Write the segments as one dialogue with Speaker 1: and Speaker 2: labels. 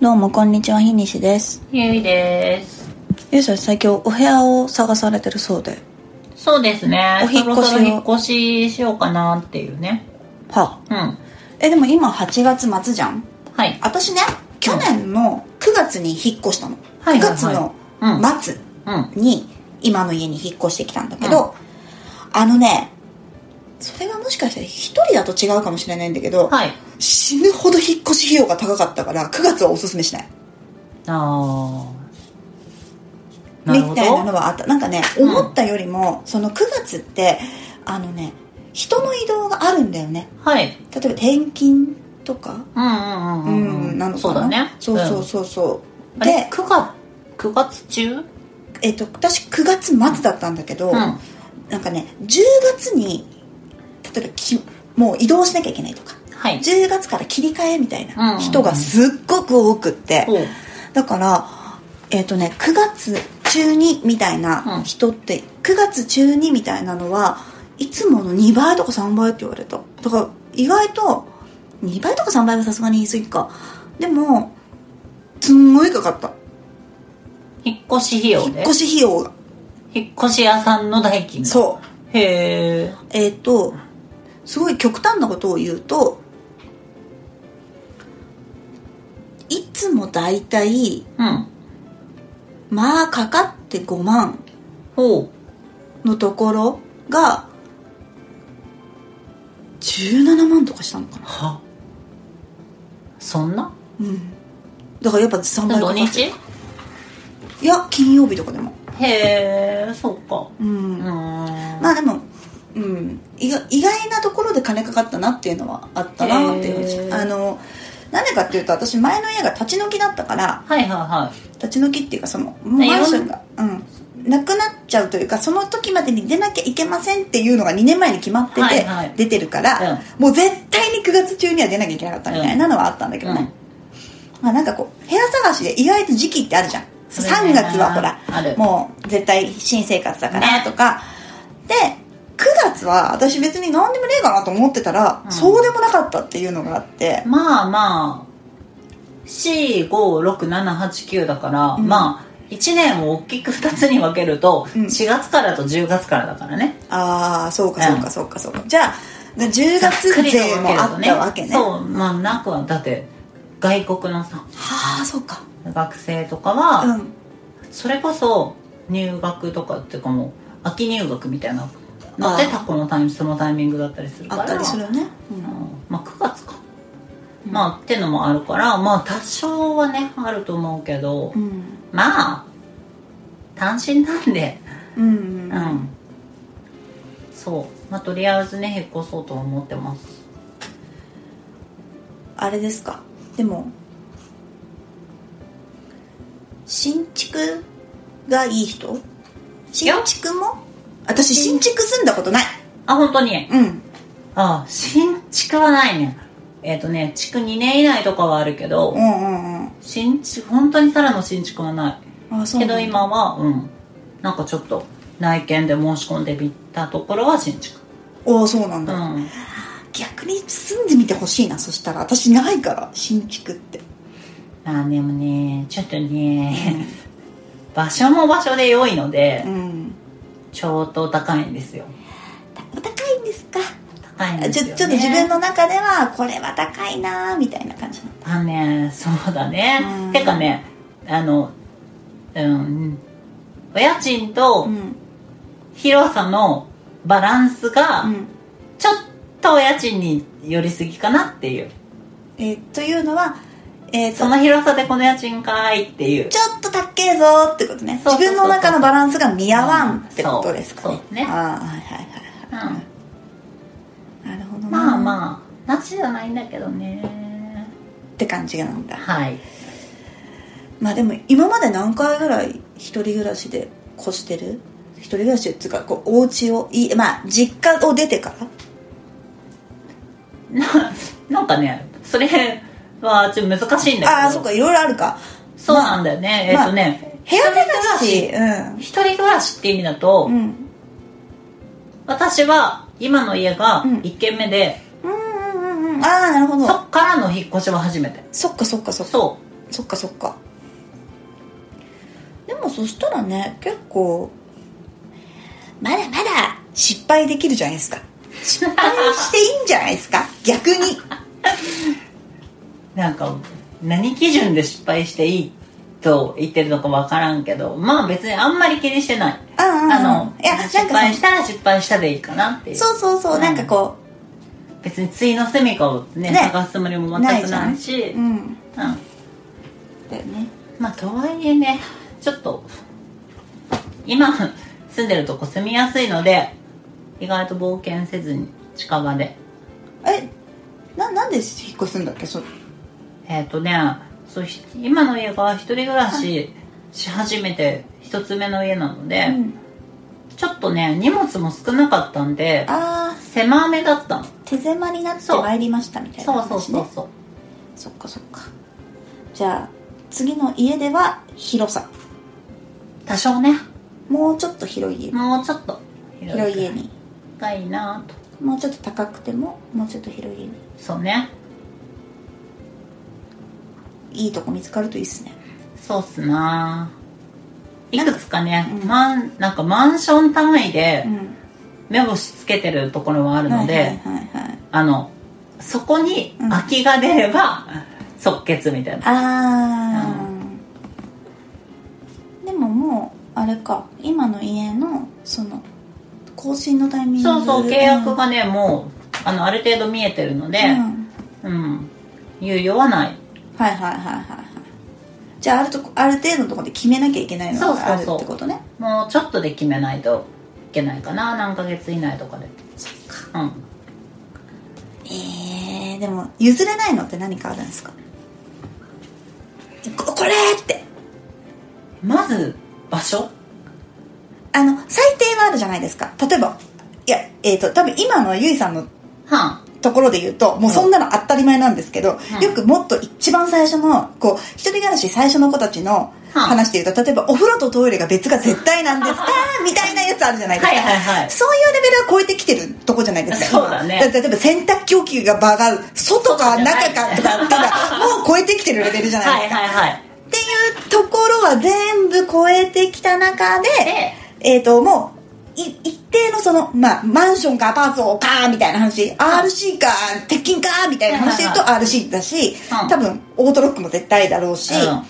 Speaker 1: どうもこんにちは、ひにしです。
Speaker 2: ゆいです。
Speaker 1: ゆうさん、最近お部屋を探されてるそうで。
Speaker 2: そうですね。
Speaker 1: お引っ越しを
Speaker 2: そろそろ引っ越ししようかなっていうね。
Speaker 1: はあ、
Speaker 2: うん。
Speaker 1: え、でも今8月末じゃん。
Speaker 2: はい。
Speaker 1: 私ね、去年の9月に引っ越したの。
Speaker 2: はいはい
Speaker 1: 9
Speaker 2: はい
Speaker 1: 月の末
Speaker 2: うん。
Speaker 1: に今の家に引っ越してきたんだけど、あのね、それがもしかしたら一人だと違うかもしれないんだけど、
Speaker 2: はい。
Speaker 1: 死ぬほど引っ越し費用が高かったから、9月はおすすめしない。
Speaker 2: あー。な
Speaker 1: み
Speaker 2: るほ
Speaker 1: たいなの
Speaker 2: ど。
Speaker 1: はあったなんかね
Speaker 2: うん
Speaker 1: 思ったよりも、その9月ってあのね人の移動があるんだよね
Speaker 2: はい。
Speaker 1: 例えば転勤とか
Speaker 2: うん
Speaker 1: う
Speaker 2: うんうん
Speaker 1: ん、なのかな
Speaker 2: そうだね。
Speaker 1: そうそうんそうそう、
Speaker 2: あれ
Speaker 1: で、
Speaker 2: 9月、9月中うん。
Speaker 1: えっと私9月末だったんだけど、
Speaker 2: は
Speaker 1: なんかね10月に例えばきもう移動しなきゃいけないとか
Speaker 2: い。
Speaker 1: 10月から切り替えみたい
Speaker 2: うん
Speaker 1: な人がすっごく多くって、
Speaker 2: おう
Speaker 1: だからえっ、とね9月中にみたいな人って、9月中にみたいなのはいつもの2倍とか3倍って言われただから意外と2倍とか3倍はさすがに言い過ぎかでもすんごいかかった
Speaker 2: 引っ越し費用
Speaker 1: 引っ
Speaker 2: で。
Speaker 1: 越し費用が
Speaker 2: 引っ越し屋さんの代金が。
Speaker 1: そう
Speaker 2: へー。
Speaker 1: えっ、とすごい極端なことを言うといつも大体
Speaker 2: うん。
Speaker 1: まあかかって5万
Speaker 2: おう。
Speaker 1: のところが17万とかしたのかな
Speaker 2: はそんな
Speaker 1: うんだからやっぱ3倍か
Speaker 2: 土
Speaker 1: かる
Speaker 2: 日
Speaker 1: いや金曜日とかでも
Speaker 2: へー、そうか。
Speaker 1: うん、
Speaker 2: うーん。
Speaker 1: まあでもうん意外意外なところで金かかったなっていうのはあったなっていう
Speaker 2: へー
Speaker 1: あのなんでかっていうと私前の家が立ち退きだったから
Speaker 2: はいはいはい。
Speaker 1: 立ち退きっていうかそのマンションがうんなくなっちゃうというかその時までに出なきゃいけませんっていうのが2年前に決まってて、
Speaker 2: はいはい
Speaker 1: 出てるから、
Speaker 2: うん
Speaker 1: もう絶対に9月中には出なきゃいけなかったみたいなのはあったんだけどね、まあ、なんかこう部屋探しで意外と時期ってあるじゃん
Speaker 2: そうだね
Speaker 1: 3月はほら
Speaker 2: ある
Speaker 1: もう絶対新生活だから
Speaker 2: ね
Speaker 1: とか、で9月は私別に何でもねえかなと思ってたら、
Speaker 2: うん
Speaker 1: そうでもなかったっていうのがあって、
Speaker 2: まあまあ456789だから、
Speaker 1: うん
Speaker 2: まあ1年を大きく2つに分けると、
Speaker 1: うん
Speaker 2: 4月からと10月からだからね
Speaker 1: ああそうかそうかそうかそうか、じゃあで10
Speaker 2: ざっ
Speaker 1: 月
Speaker 2: くりと分け
Speaker 1: 税
Speaker 2: る
Speaker 1: もあ
Speaker 2: と
Speaker 1: ったわけね
Speaker 2: そうまあなくはだって外国のさ
Speaker 1: はあそうか
Speaker 2: 学生とかは、
Speaker 1: うん
Speaker 2: それこそ入学とかっていうかもう秋入学みたいなの
Speaker 1: あ
Speaker 2: で
Speaker 1: ー
Speaker 2: タコのタイミングそのタイミングだったりするか
Speaker 1: あ
Speaker 2: ら
Speaker 1: ったりするね、う
Speaker 2: うんんまあ9月か、まあってのもあるからまあ多少はねあると思うけど、
Speaker 1: うん
Speaker 2: まあ単身なんで
Speaker 1: うん
Speaker 2: う、
Speaker 1: うんんうん
Speaker 2: そうまあとりあえずね引っ越そうと思ってます
Speaker 1: あれですかでも新築がいい人新築も私新築住んだことない
Speaker 2: あ本当に
Speaker 1: うん
Speaker 2: あ新築はないねえっ、とね築2年以内とかはあるけど、
Speaker 1: うんうんうん
Speaker 2: 新築本当にただの新築はな
Speaker 1: あそ
Speaker 2: い
Speaker 1: な
Speaker 2: うけ
Speaker 1: んだ
Speaker 2: ど今はうんなんかちょっと内見で申し込んでみたところは新築
Speaker 1: ああそうなん
Speaker 2: う
Speaker 1: だ、
Speaker 2: ん
Speaker 1: 逆に住んでみてほしいなそしたら私ないから新築って
Speaker 2: まあでもねちょっとね 場所も場所で良いので
Speaker 1: うん
Speaker 2: ちょっと高いんですよ
Speaker 1: お高いんですか
Speaker 2: 高いんです
Speaker 1: ち
Speaker 2: よ、
Speaker 1: ょ
Speaker 2: ね、
Speaker 1: ちょっと自分の中ではこれは高いなーみたいな感じなの
Speaker 2: あねそうだね
Speaker 1: うん
Speaker 2: てかねあのうんお家賃と
Speaker 1: うん
Speaker 2: 広さのバランスが
Speaker 1: うん
Speaker 2: ちょっとお家賃に寄りすぎかなっていう
Speaker 1: えーというのはえー、と
Speaker 2: その広さでこの家賃かーいっていう
Speaker 1: ちょっと高えぞーってことね
Speaker 2: そう
Speaker 1: 自
Speaker 2: そうそうそ
Speaker 1: 分の
Speaker 2: う
Speaker 1: 中のバランスが見合わんってことですか
Speaker 2: うん
Speaker 1: ね
Speaker 2: そうそうね
Speaker 1: ああはいはいはいはい、なるほど
Speaker 2: まあ
Speaker 1: あ
Speaker 2: まあなしじゃないんだけどね
Speaker 1: って感じなんだ
Speaker 2: はい
Speaker 1: まあでも今まで何回ぐらい一人暮らしで越してる一人暮らしっていうかこうお家をいまあ実家を出てから
Speaker 2: な なんかねそれはちょっと難しいんだけど
Speaker 1: ああそうかいろいろあるか
Speaker 2: そうなんだよね、
Speaker 1: まあ
Speaker 2: えっ、とね
Speaker 1: 部屋出た
Speaker 2: 一人
Speaker 1: し
Speaker 2: 暮ら一人暮らしって意味だと、
Speaker 1: うんうん
Speaker 2: 私は今の家が
Speaker 1: うん
Speaker 2: 1軒目で、
Speaker 1: うんうんうんうんああなるほ
Speaker 2: そ
Speaker 1: ど
Speaker 2: っからの引っ越しは初めて
Speaker 1: そっかそっかそっか
Speaker 2: そ
Speaker 1: そっかそっかでもそしたらね結構まだまだ失敗できるじゃないですか失敗していいんじゃないですか逆に
Speaker 2: なんか何基準で失敗していいと言ってるのか分からんけどまあ別にあんまり気にしてない
Speaker 1: うんうんうん
Speaker 2: あの
Speaker 1: いやなんかその
Speaker 2: 失敗したら失敗したでいいかなっていう
Speaker 1: そうそうそう、
Speaker 2: うん
Speaker 1: なんかこ
Speaker 2: 別に対のセミカをね
Speaker 1: ね
Speaker 2: 探すつもりも全くないし
Speaker 1: ううん
Speaker 2: うん
Speaker 1: だよね
Speaker 2: まあとはいえねちょっと今住んでるとこ住みやすいので意外と冒険せずに近場で
Speaker 1: えななんで引っ越すんだっけそ
Speaker 2: えっ、とねそうひ今の家が一人暮らしし始めて一つ目の家なので、
Speaker 1: うん
Speaker 2: ちょっとね荷物も少なかったんで
Speaker 1: ああ
Speaker 2: 狭めだったの
Speaker 1: 手狭になってまいりましたみたいな
Speaker 2: そう
Speaker 1: 話、ね、
Speaker 2: そうそうそう
Speaker 1: そっかそっかじゃあ次の家では広さ
Speaker 2: 多少ね
Speaker 1: もうちょっと広い家
Speaker 2: もうちょっと
Speaker 1: 広い家に
Speaker 2: がいいなと
Speaker 1: もうちょっと高くてももうちょっと広い家に
Speaker 2: そうね
Speaker 1: いいとこ見つかるといいっすね
Speaker 2: そうっすないくつかね
Speaker 1: うん
Speaker 2: マンなんかマンション単位で
Speaker 1: うん
Speaker 2: 目星つけてるところはあるので、
Speaker 1: はいはいはいはい
Speaker 2: あのそこに空きが出れば即決みたいな、
Speaker 1: あー、でももうあれか今の家のその更新のタイミング
Speaker 2: そうそう契約がね、もうあのある程度見えてるので
Speaker 1: うんうん
Speaker 2: うん、猶予はない
Speaker 1: はいはいはいはいはいじゃああるとこある程度のところで決めなきゃいけないの
Speaker 2: そうそうそう
Speaker 1: があるってことね
Speaker 2: もうちょっとで決めないといけないかな何ヶ月以内とかでうん
Speaker 1: えー、でも譲れないのって何かあるんですかここれって
Speaker 2: まず場所
Speaker 1: あの最低はあるじゃないですか例えばいやえっ、と多分今のゆいさんの
Speaker 2: はん
Speaker 1: ところで言うともうそんなの当たり前なんですけど、
Speaker 2: うん
Speaker 1: よくもっと一番最初のこう一人暮らし最初の子たちの
Speaker 2: うん
Speaker 1: 話で言うと例えばお風呂とトイレが別が絶対なんですかみたいなやつあるじゃないですか、
Speaker 2: はいはいはい
Speaker 1: そういうレベルは超えてきてるとこじゃないですか
Speaker 2: そうだね
Speaker 1: 今例えば洗濯供給が場が外か
Speaker 2: 外じゃない
Speaker 1: 中かとかだったらもう超えてきてるレベルじゃない
Speaker 2: は
Speaker 1: で
Speaker 2: い
Speaker 1: すか、
Speaker 2: はいは
Speaker 1: っ
Speaker 2: い
Speaker 1: ていうところは全部超えてきた中で
Speaker 2: で
Speaker 1: えっ、と、もう、い一定のその、まあ、マンションかアパートか、みたいな話、RC か、鉄筋か、みたいな話で言うと RC だし
Speaker 2: う、ん
Speaker 1: 多分、オートロックも絶対だろうし、
Speaker 2: うん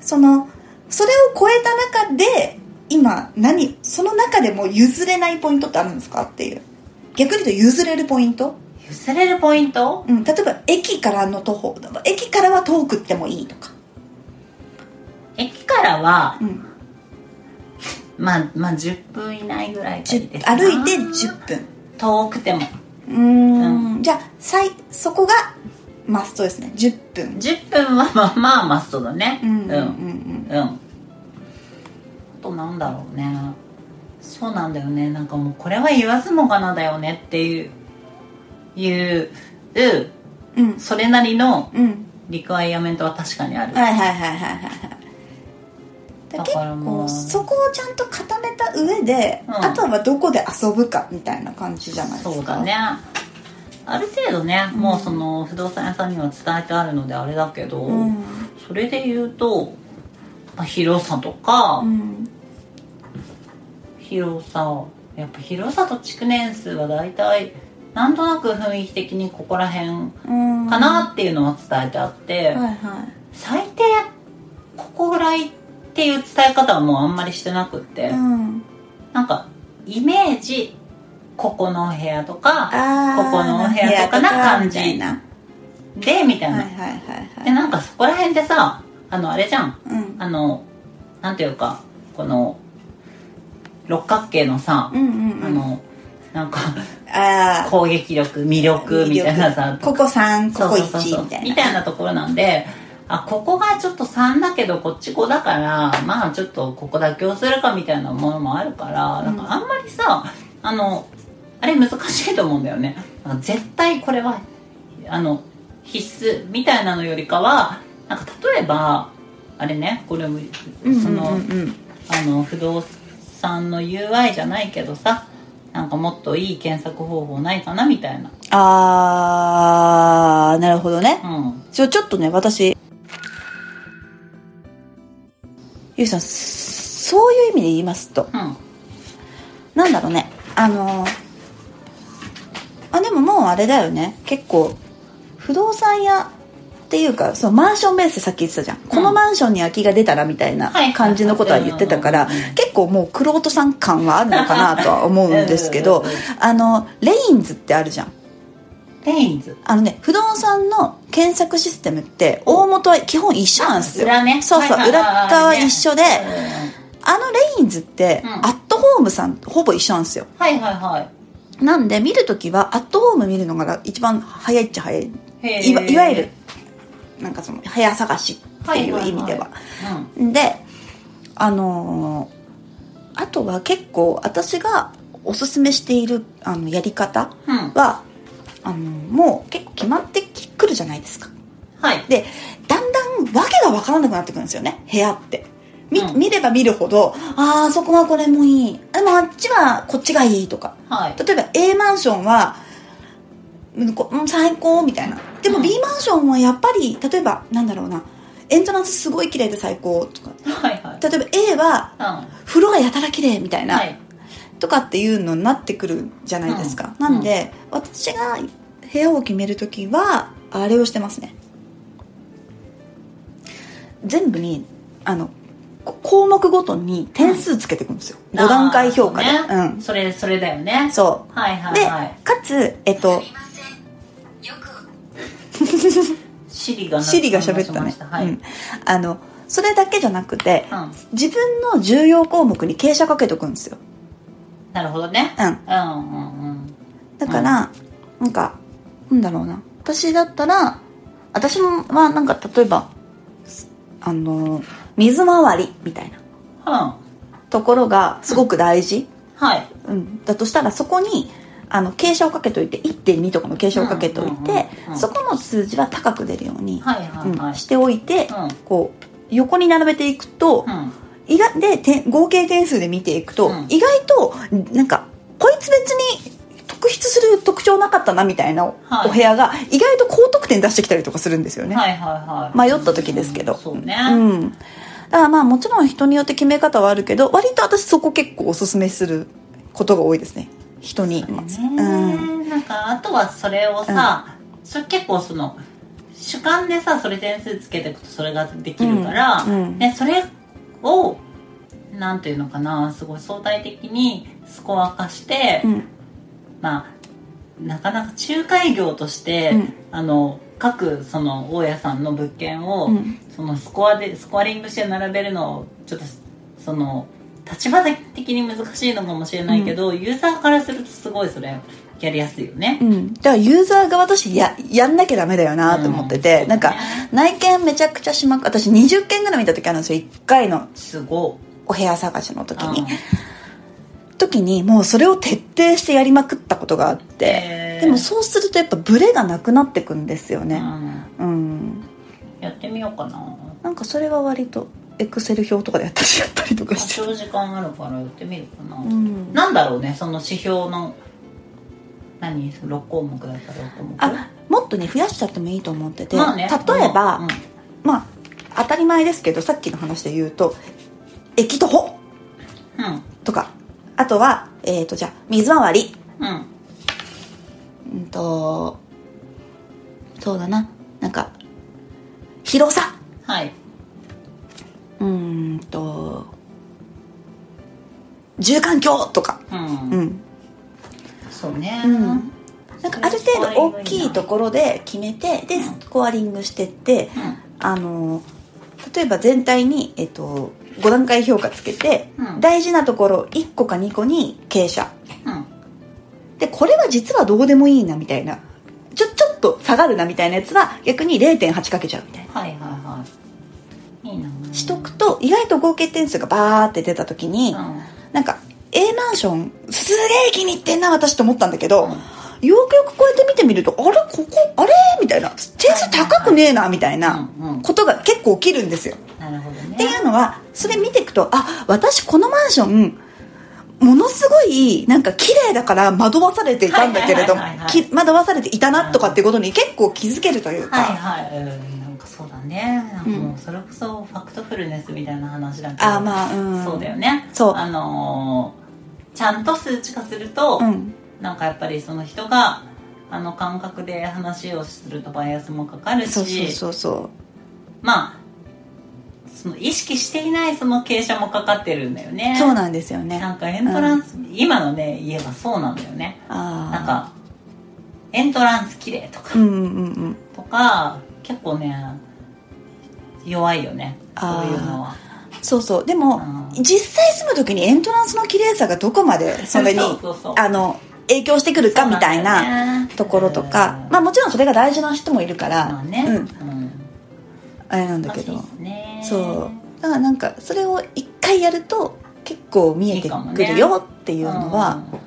Speaker 1: その、それを超えた中で、今、何、その中でも譲れないポイントってあるんですかっていう。逆に言うと譲れるポイント、
Speaker 2: 譲れるポイント
Speaker 1: うん、例えば、駅からの徒歩、駅からは遠くってもいいとか。
Speaker 2: 駅からは
Speaker 1: うん。
Speaker 2: まあまあ10分以内ぐらいがいいです
Speaker 1: 10歩いて10分。
Speaker 2: 遠くても
Speaker 1: うーんじゃあ最そこがマストですね10分
Speaker 2: 10分はまあまあマストだね
Speaker 1: うんうんうんう
Speaker 2: うん
Speaker 1: ん
Speaker 2: うんあとなんだろうねそうなんだよねなんかもうこれは言わずもがなだよねっていういう
Speaker 1: うん
Speaker 2: それなりの
Speaker 1: うん
Speaker 2: リクワイアメントは確かにある
Speaker 1: はいはいはいはいはいはいだ
Speaker 2: だ
Speaker 1: 結
Speaker 2: からも
Speaker 1: 構
Speaker 2: う
Speaker 1: そこをちゃんと固めた上で、
Speaker 2: うん
Speaker 1: あとはどこで遊ぶかみたいな感じじゃないですか
Speaker 2: そうだねある程度ね、
Speaker 1: うん
Speaker 2: もうその不動産屋さんには伝えてあるのであれだけど、
Speaker 1: うん、
Speaker 2: それで言うと、まあ、広さとか、
Speaker 1: うん、
Speaker 2: 広さやっぱ広さと築年数は大体なんとなく雰囲気的にここら辺
Speaker 1: うん
Speaker 2: かなっていうのは伝えてあって、
Speaker 1: はいはい
Speaker 2: 最低ここぐらいっていう伝え方はもうあんまりしてなくって、
Speaker 1: うん
Speaker 2: なんかイメージここのお部屋とか
Speaker 1: あー
Speaker 2: ここのお部屋とかな感じ
Speaker 1: 部屋とかみたいな
Speaker 2: でみたい
Speaker 1: は
Speaker 2: な、
Speaker 1: いはいはい
Speaker 2: で
Speaker 1: はい
Speaker 2: なんかそこら辺でさあのあれじゃん
Speaker 1: うん
Speaker 2: あのなんていうかこの六角形のさ、
Speaker 1: うんうんうん
Speaker 2: あのなんか
Speaker 1: あ
Speaker 2: 攻撃力魅
Speaker 1: ー
Speaker 2: 力みたいなさ
Speaker 1: ここ3ここ
Speaker 2: そうそうそうそ
Speaker 1: 1
Speaker 2: う
Speaker 1: みたい
Speaker 2: み
Speaker 1: な
Speaker 2: たいなところなんであここがちょっと3だけどこっち5だからまあちょっとここ妥協するかみたいなものもあるからなんかあんまりさあのあれ難しいと思うんだよねなんか絶対これはあの必須みたいなのよりかはなんか例えばあれねこれもその、
Speaker 1: うんうんうんうん
Speaker 2: あの不動産の UI じゃないけどさなんかもっといい検索方法ないかなみたいな
Speaker 1: あー、なるほどね。
Speaker 2: うん
Speaker 1: ちょ、ちょっとね、私、ゆうさんそういう意味で言いますと
Speaker 2: うん
Speaker 1: なんだろうねあのあでももうあれだよね結構不動産屋っていうかそのマンションベースでさっき言ってたじゃん、このマンションに空きが出たらみたいな
Speaker 2: はい
Speaker 1: 感じのことは言ってたから、
Speaker 2: うん
Speaker 1: 結構もう玄人さん感はあるのかなとは思うんですけど
Speaker 2: うんうんうん
Speaker 1: あのレインズってあるじゃん
Speaker 2: レインズ
Speaker 1: あのね不動産の検索システムって大元は基本一緒なんですよ
Speaker 2: 裏ね
Speaker 1: そうそう
Speaker 2: はいはいはいはい
Speaker 1: 裏側一緒で
Speaker 2: うんうん
Speaker 1: あのレインズって、
Speaker 2: うん
Speaker 1: アットホームさんほぼ一緒なんですよ
Speaker 2: はいはいは
Speaker 1: なんで見るときはアットホーム見るのが一番早いっちゃ早い
Speaker 2: いへー
Speaker 1: いわいわゆるなんかその早探しっていう意味では,、
Speaker 2: はうん
Speaker 1: であのーあとは結構私がおすすめしているあのやり方
Speaker 2: うん
Speaker 1: はあのもう結構決まってきくるじゃないですか
Speaker 2: はい
Speaker 1: でだんだん訳が分からなくなってくるんですよね部屋って見,、
Speaker 2: うん
Speaker 1: 見れば見るほどああそこはこれもいいでもあっちはこっちがいいとか
Speaker 2: はい
Speaker 1: 例えば A マンションはうんこうん最高みたいなでも
Speaker 2: うん
Speaker 1: B マンションはやっぱり例えばなんだろうなエントランスすごい綺麗で最高とか
Speaker 2: はいはい
Speaker 1: 例えば A は
Speaker 2: う
Speaker 1: 風呂がやたら綺麗みたい
Speaker 2: ん
Speaker 1: な、
Speaker 2: はい
Speaker 1: とかっていうのになってくるじゃないですか、
Speaker 2: うん
Speaker 1: なんで、私が部屋を決める時はあれをしてますね全部にあのこ項目ごとに点数つけていくんですよ、5段階評価で
Speaker 2: あーそうね
Speaker 1: うん
Speaker 2: それそれだよね
Speaker 1: そう
Speaker 2: はいはい
Speaker 1: で、
Speaker 2: はい
Speaker 1: かつ、えっ と、
Speaker 2: シリが
Speaker 1: シリが喋った
Speaker 2: 鳴
Speaker 1: ね
Speaker 2: きまし。はい、
Speaker 1: うん。あの、それだけじゃなくて、
Speaker 2: うん
Speaker 1: 自分の重要項目に傾斜かけとくんですよ。
Speaker 2: なるほどね
Speaker 1: うん。
Speaker 2: うんうんうん
Speaker 1: だから、なんか、なんだろうな。私だったら、私もはなんか例えば、あの、水回りみたいな
Speaker 2: うん
Speaker 1: ところがすごく大事。
Speaker 2: はい
Speaker 1: うん。だとしたらそこに、あの、傾斜をかけといて、1.2とかの傾斜をかけとい
Speaker 2: うんうん
Speaker 1: て
Speaker 2: うんう、ん
Speaker 1: そこの数字は高く出るように、
Speaker 2: はいはい
Speaker 1: うん
Speaker 2: はい
Speaker 1: しておいて、
Speaker 2: うん
Speaker 1: こう横に並べていくと、
Speaker 2: うん
Speaker 1: 意外でて合計点数で見ていくと、
Speaker 2: うん
Speaker 1: 意外となんかこいつ別に特筆する特徴なかったなみたいなお
Speaker 2: はい
Speaker 1: お部屋が意外と高得点出してきたりとかするんですよね、
Speaker 2: はいはいはい
Speaker 1: 迷った時ですけど、
Speaker 2: うんそうね
Speaker 1: うん、だからまあもちろん人によって決め方はあるけど割と私そこ結構おすすめすることが多いですね人にまず
Speaker 2: ね
Speaker 1: うん
Speaker 2: なんかあとはそれをさ、それ結構その主観でさそれ点数つけていくとそれができるから、
Speaker 1: うんうん
Speaker 2: ね、それをなんていうのかなすごい相対的にスコア化して、
Speaker 1: うん
Speaker 2: まあなかなか仲介業として、
Speaker 1: うん
Speaker 2: あの各その大家さんの物件を、
Speaker 1: うん
Speaker 2: そのスコアでスコアリングして並べるのをちょっとその立場的に難しいのかもしれないけど、ユーザーからするとすごいそれやりやすいよね
Speaker 1: う。ん、だからユーザーが私ややんなきゃダメだよなと思ってて、
Speaker 2: うん
Speaker 1: なんか内見めちゃくちゃしまく私20件ぐらい見た時あるんですよ1回の
Speaker 2: すご
Speaker 1: お部屋探しの
Speaker 2: い。
Speaker 1: 時に、時にもうそれを徹底してやりまくったことがあって、
Speaker 2: で
Speaker 1: でもそうするとやっぱブレがなくなってくんですよ
Speaker 2: う
Speaker 1: ね
Speaker 2: ん
Speaker 1: うん、
Speaker 2: やってみようかな。
Speaker 1: なんかそれは割とエクセル表とかでやったりやったりとか
Speaker 2: 多
Speaker 1: して、
Speaker 2: 少時間あるからやってみるかな。
Speaker 1: うん、
Speaker 2: なんだろうねその指標の何6項目だったら6項目。
Speaker 1: あもっとね増やしちゃってもいいと思ってて、
Speaker 2: まあね
Speaker 1: 例えば、
Speaker 2: うんうん
Speaker 1: まあ当たり前ですけどさっきの話で言うと駅徒歩とかあとは、えっとじゃあ水回り
Speaker 2: うんうん
Speaker 1: うんとそうだななんか広さ
Speaker 2: はい。
Speaker 1: うーんと住環境とか
Speaker 2: う。
Speaker 1: うんん
Speaker 2: そうね。
Speaker 1: うんなんかある程度大きいところで決めてでスコアリングしてってあの例えば全体に、えっと5段階評価つけて、
Speaker 2: うん
Speaker 1: 大事なところ1個か2個に傾斜
Speaker 2: うん。うん。
Speaker 1: でこれは実はどうでもいいなみたいなちょちょっと下がるなみたいなやつは逆に0.8かけちゃうみたいな
Speaker 2: はいはいはい。いいな。
Speaker 1: しとくと意外と合計点数がバーって出た時に、
Speaker 2: うん。
Speaker 1: なんか A マンションすげえ気に入ってんな私と思ったんだけど、
Speaker 2: うん
Speaker 1: よくよくこうやって見てみるとあれここあれみたいな点数高くねえなみたいな
Speaker 2: うんうん
Speaker 1: ことが結構起きるんですよ、
Speaker 2: なるほどね。
Speaker 1: っていうのはそれ見ていくとあ私このマンションものすごいなんか綺麗だから惑わされていたんだけれども
Speaker 2: はいはいはいはい
Speaker 1: き惑わされていたなとかっていうことに結構気づけるというか、
Speaker 2: はいはい。うん。なんかそうだねなんかもうそれこそファクトフルネスみたいな話だけど、
Speaker 1: あーまあうん
Speaker 2: そうだよね
Speaker 1: そう
Speaker 2: あのーちゃんと数値化すると、
Speaker 1: うん
Speaker 2: なんかやっぱりその人があの感覚で話をするとバイアスもかかるし
Speaker 1: そうそうそうそ
Speaker 2: まあその意識していないその傾斜もかかってるんだよね
Speaker 1: うそうなんですよね
Speaker 2: なんかエントランス、今のね言えばそうなんだよね
Speaker 1: ああ
Speaker 2: なんかエントランス綺麗とか、
Speaker 1: うんうんうんうん
Speaker 2: とか結構ね弱いよねそういうのは
Speaker 1: そうそうでも
Speaker 2: うん
Speaker 1: 実際住む時にエントランスの綺麗さがどこまでそれに
Speaker 2: そうそうそう
Speaker 1: あの影響してくるかみたい
Speaker 2: そう
Speaker 1: なん
Speaker 2: だよね
Speaker 1: ところとか、
Speaker 2: うん
Speaker 1: まあもちろんそれが大事な人もいるから、
Speaker 2: まあね、
Speaker 1: うん、
Speaker 2: ん
Speaker 1: あれなんだけど、
Speaker 2: 難しいっすね
Speaker 1: そうだからなんかそれを一回やると結構見えてくるよっていうのは
Speaker 2: うん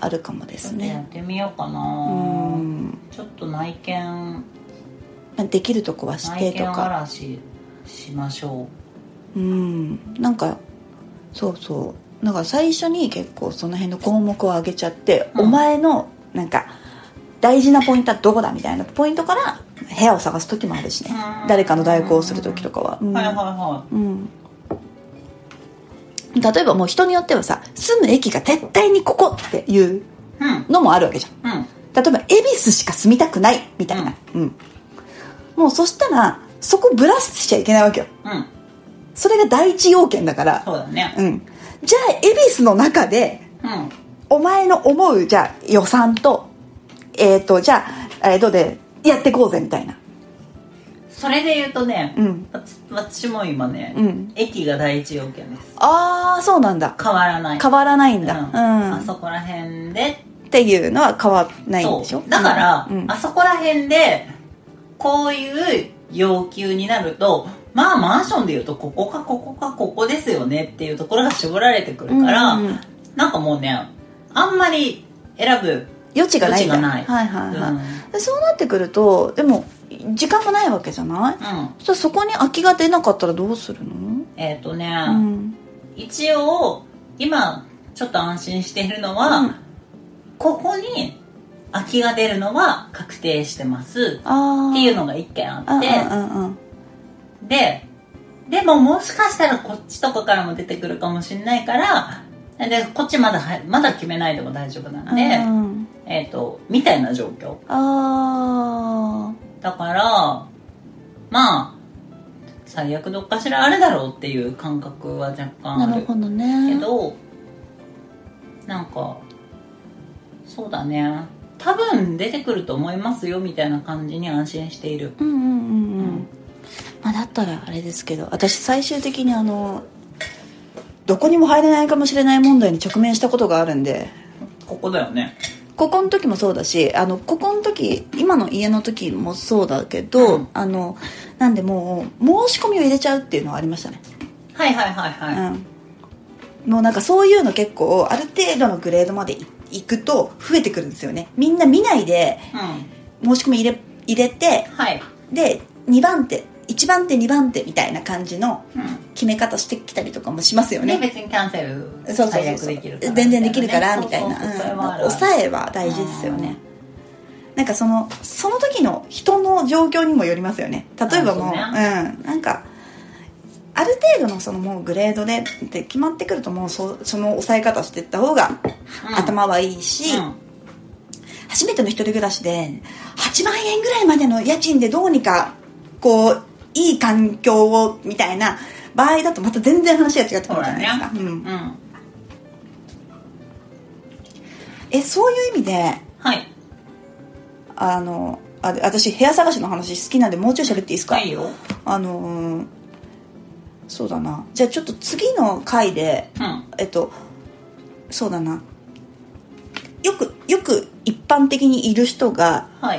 Speaker 1: あるかもで
Speaker 2: ちょ
Speaker 1: す
Speaker 2: っとやっ
Speaker 1: ね
Speaker 2: てみようかな、
Speaker 1: うん
Speaker 2: ちょっと内見
Speaker 1: まあできるとこはして
Speaker 2: 内
Speaker 1: と
Speaker 2: 見
Speaker 1: か
Speaker 2: 嵐しましょ
Speaker 1: うんなんかそうそうなんか最初に結構その辺の項目を上げちゃって、
Speaker 2: うん
Speaker 1: お前のなんか大事なポイントはどこだみたいなポイントから部屋を探す時もあるしね
Speaker 2: うん
Speaker 1: 誰かの代行をする時とかは、う
Speaker 2: う、
Speaker 1: ん
Speaker 2: はいはいはい
Speaker 1: うん、例えばもう人によってはさ住む駅が絶対にここっていう
Speaker 2: うん
Speaker 1: のもあるわけじゃん
Speaker 2: うん
Speaker 1: 例えば恵比寿しか住みたくないみたいな、うんもうそしたらそこブラスしちゃいけないわけよ
Speaker 2: うん
Speaker 1: それが第一要件だから
Speaker 2: そうだね
Speaker 1: うんじゃあ恵比寿の中で
Speaker 2: うん
Speaker 1: お前の思うじゃあ予算とえっ、ー、とじゃあえーとでやってこうぜみたいな
Speaker 2: それで言うとね、
Speaker 1: うん
Speaker 2: わつ私も今ね、
Speaker 1: うん
Speaker 2: 駅が第一要件です
Speaker 1: ああそうなんだ
Speaker 2: 変わらない
Speaker 1: 変わらないんだ、
Speaker 2: うん
Speaker 1: うん
Speaker 2: あそこら辺で
Speaker 1: っていうのは変わらないんでし
Speaker 2: そ
Speaker 1: ょ
Speaker 2: うだから、
Speaker 1: うんうん
Speaker 2: あそこら辺でこういう要求になるとまあマンションでいうとここかここかここですよねっていうところが絞られてくるから、
Speaker 1: うんうんうん
Speaker 2: なんかもうねあんまり選ぶ、
Speaker 1: 余地がないんだ
Speaker 2: 余地がな
Speaker 1: は
Speaker 2: い
Speaker 1: い
Speaker 2: うん
Speaker 1: はいはい、でそうなってくるとでも時間がないわけじゃない
Speaker 2: うん
Speaker 1: そしたらそこに空きが出なかったらどうするの
Speaker 2: えっ、とね、
Speaker 1: うん
Speaker 2: 一応今ちょっと安心しているのは、
Speaker 1: うん
Speaker 2: ここに空きが出るのは確定してます
Speaker 1: ああ
Speaker 2: っていう
Speaker 1: の
Speaker 2: のが1件あ
Speaker 1: あ
Speaker 2: って、で、でももしかしたらこっちとかからも出てくるかもしれないから、で、こっちまだは、まだ決めないでも大丈夫な
Speaker 1: あ
Speaker 2: んで、
Speaker 1: うん
Speaker 2: えっ、と、みたいな状況。
Speaker 1: あ
Speaker 2: だから、まあ、最悪どっかしらあるだろうっていう感覚は若
Speaker 1: あ
Speaker 2: 干
Speaker 1: な
Speaker 2: あ
Speaker 1: る
Speaker 2: る
Speaker 1: ほどね
Speaker 2: けど、なんか、そうだね。多分出てくると思いますよみたいな感じに安心している。
Speaker 1: うんうんうんうん、
Speaker 2: うん
Speaker 1: まあ、だったらあれですけど私最終的にあのどこにも入れないかもしれない問題に直面したことがあるんで
Speaker 2: ここだよね。
Speaker 1: ここの時もそうだしあのここの時今の家の時もそうだけど、
Speaker 2: うん
Speaker 1: あのなんでもう申し込みを入れちゃうっていうのはありましたね、
Speaker 2: はいはいはいはい。
Speaker 1: うん、もうなんかそういうの結構ある程度のグレードまでいくと増えてくるんですよねみんな見ないで
Speaker 2: う
Speaker 1: 申し込み入れ入れて
Speaker 2: ん。はい。
Speaker 1: で2番手1番手2番手みたいな感じの
Speaker 2: うん
Speaker 1: 決め方してきたりとかもしますよ
Speaker 2: ね、
Speaker 1: ね
Speaker 2: 別にキャンセル
Speaker 1: そうそう
Speaker 2: 最
Speaker 1: そう
Speaker 2: 悪
Speaker 1: そ
Speaker 2: できる
Speaker 1: う全然できるからみたいな
Speaker 2: そうそうそうそれ
Speaker 1: うん
Speaker 2: はある
Speaker 1: 抑えは大事ですよねなんかそのその時の人の状況にもよりますよね例えばもうう,、
Speaker 2: あ
Speaker 1: んなんかある程度のそのもうグレードでって決まってくるともうそその抑え方してった方が
Speaker 2: うん
Speaker 1: 頭はいいし、
Speaker 2: うん
Speaker 1: 初めての一人暮らしで8万円ぐらいまでの家賃でどうにかこういい環境をみたいな場合だとまた全然話が違ってく
Speaker 2: そう
Speaker 1: るじゃない
Speaker 2: だね
Speaker 1: ですか、
Speaker 2: う
Speaker 1: うん
Speaker 2: ん、
Speaker 1: えそういう意味で
Speaker 2: はい
Speaker 1: あのあで私部屋探しの話好きなんでもうちょい喋っていいですか、
Speaker 2: はいよ
Speaker 1: あのーそうだなじゃあちょっと次の回で
Speaker 2: うん
Speaker 1: えっとそうだなよくよく一般的にいる人が
Speaker 2: は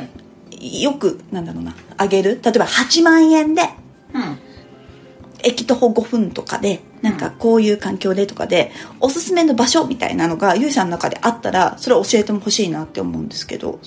Speaker 2: い
Speaker 1: よくなんだろうなあげる例えば8万円で
Speaker 2: うん
Speaker 1: 駅徒歩5分とかでなんかこういう環境でとかでおすすめの場所みたいなのがゆいさんの中であったらそれを教えても欲しいなって思うんですけど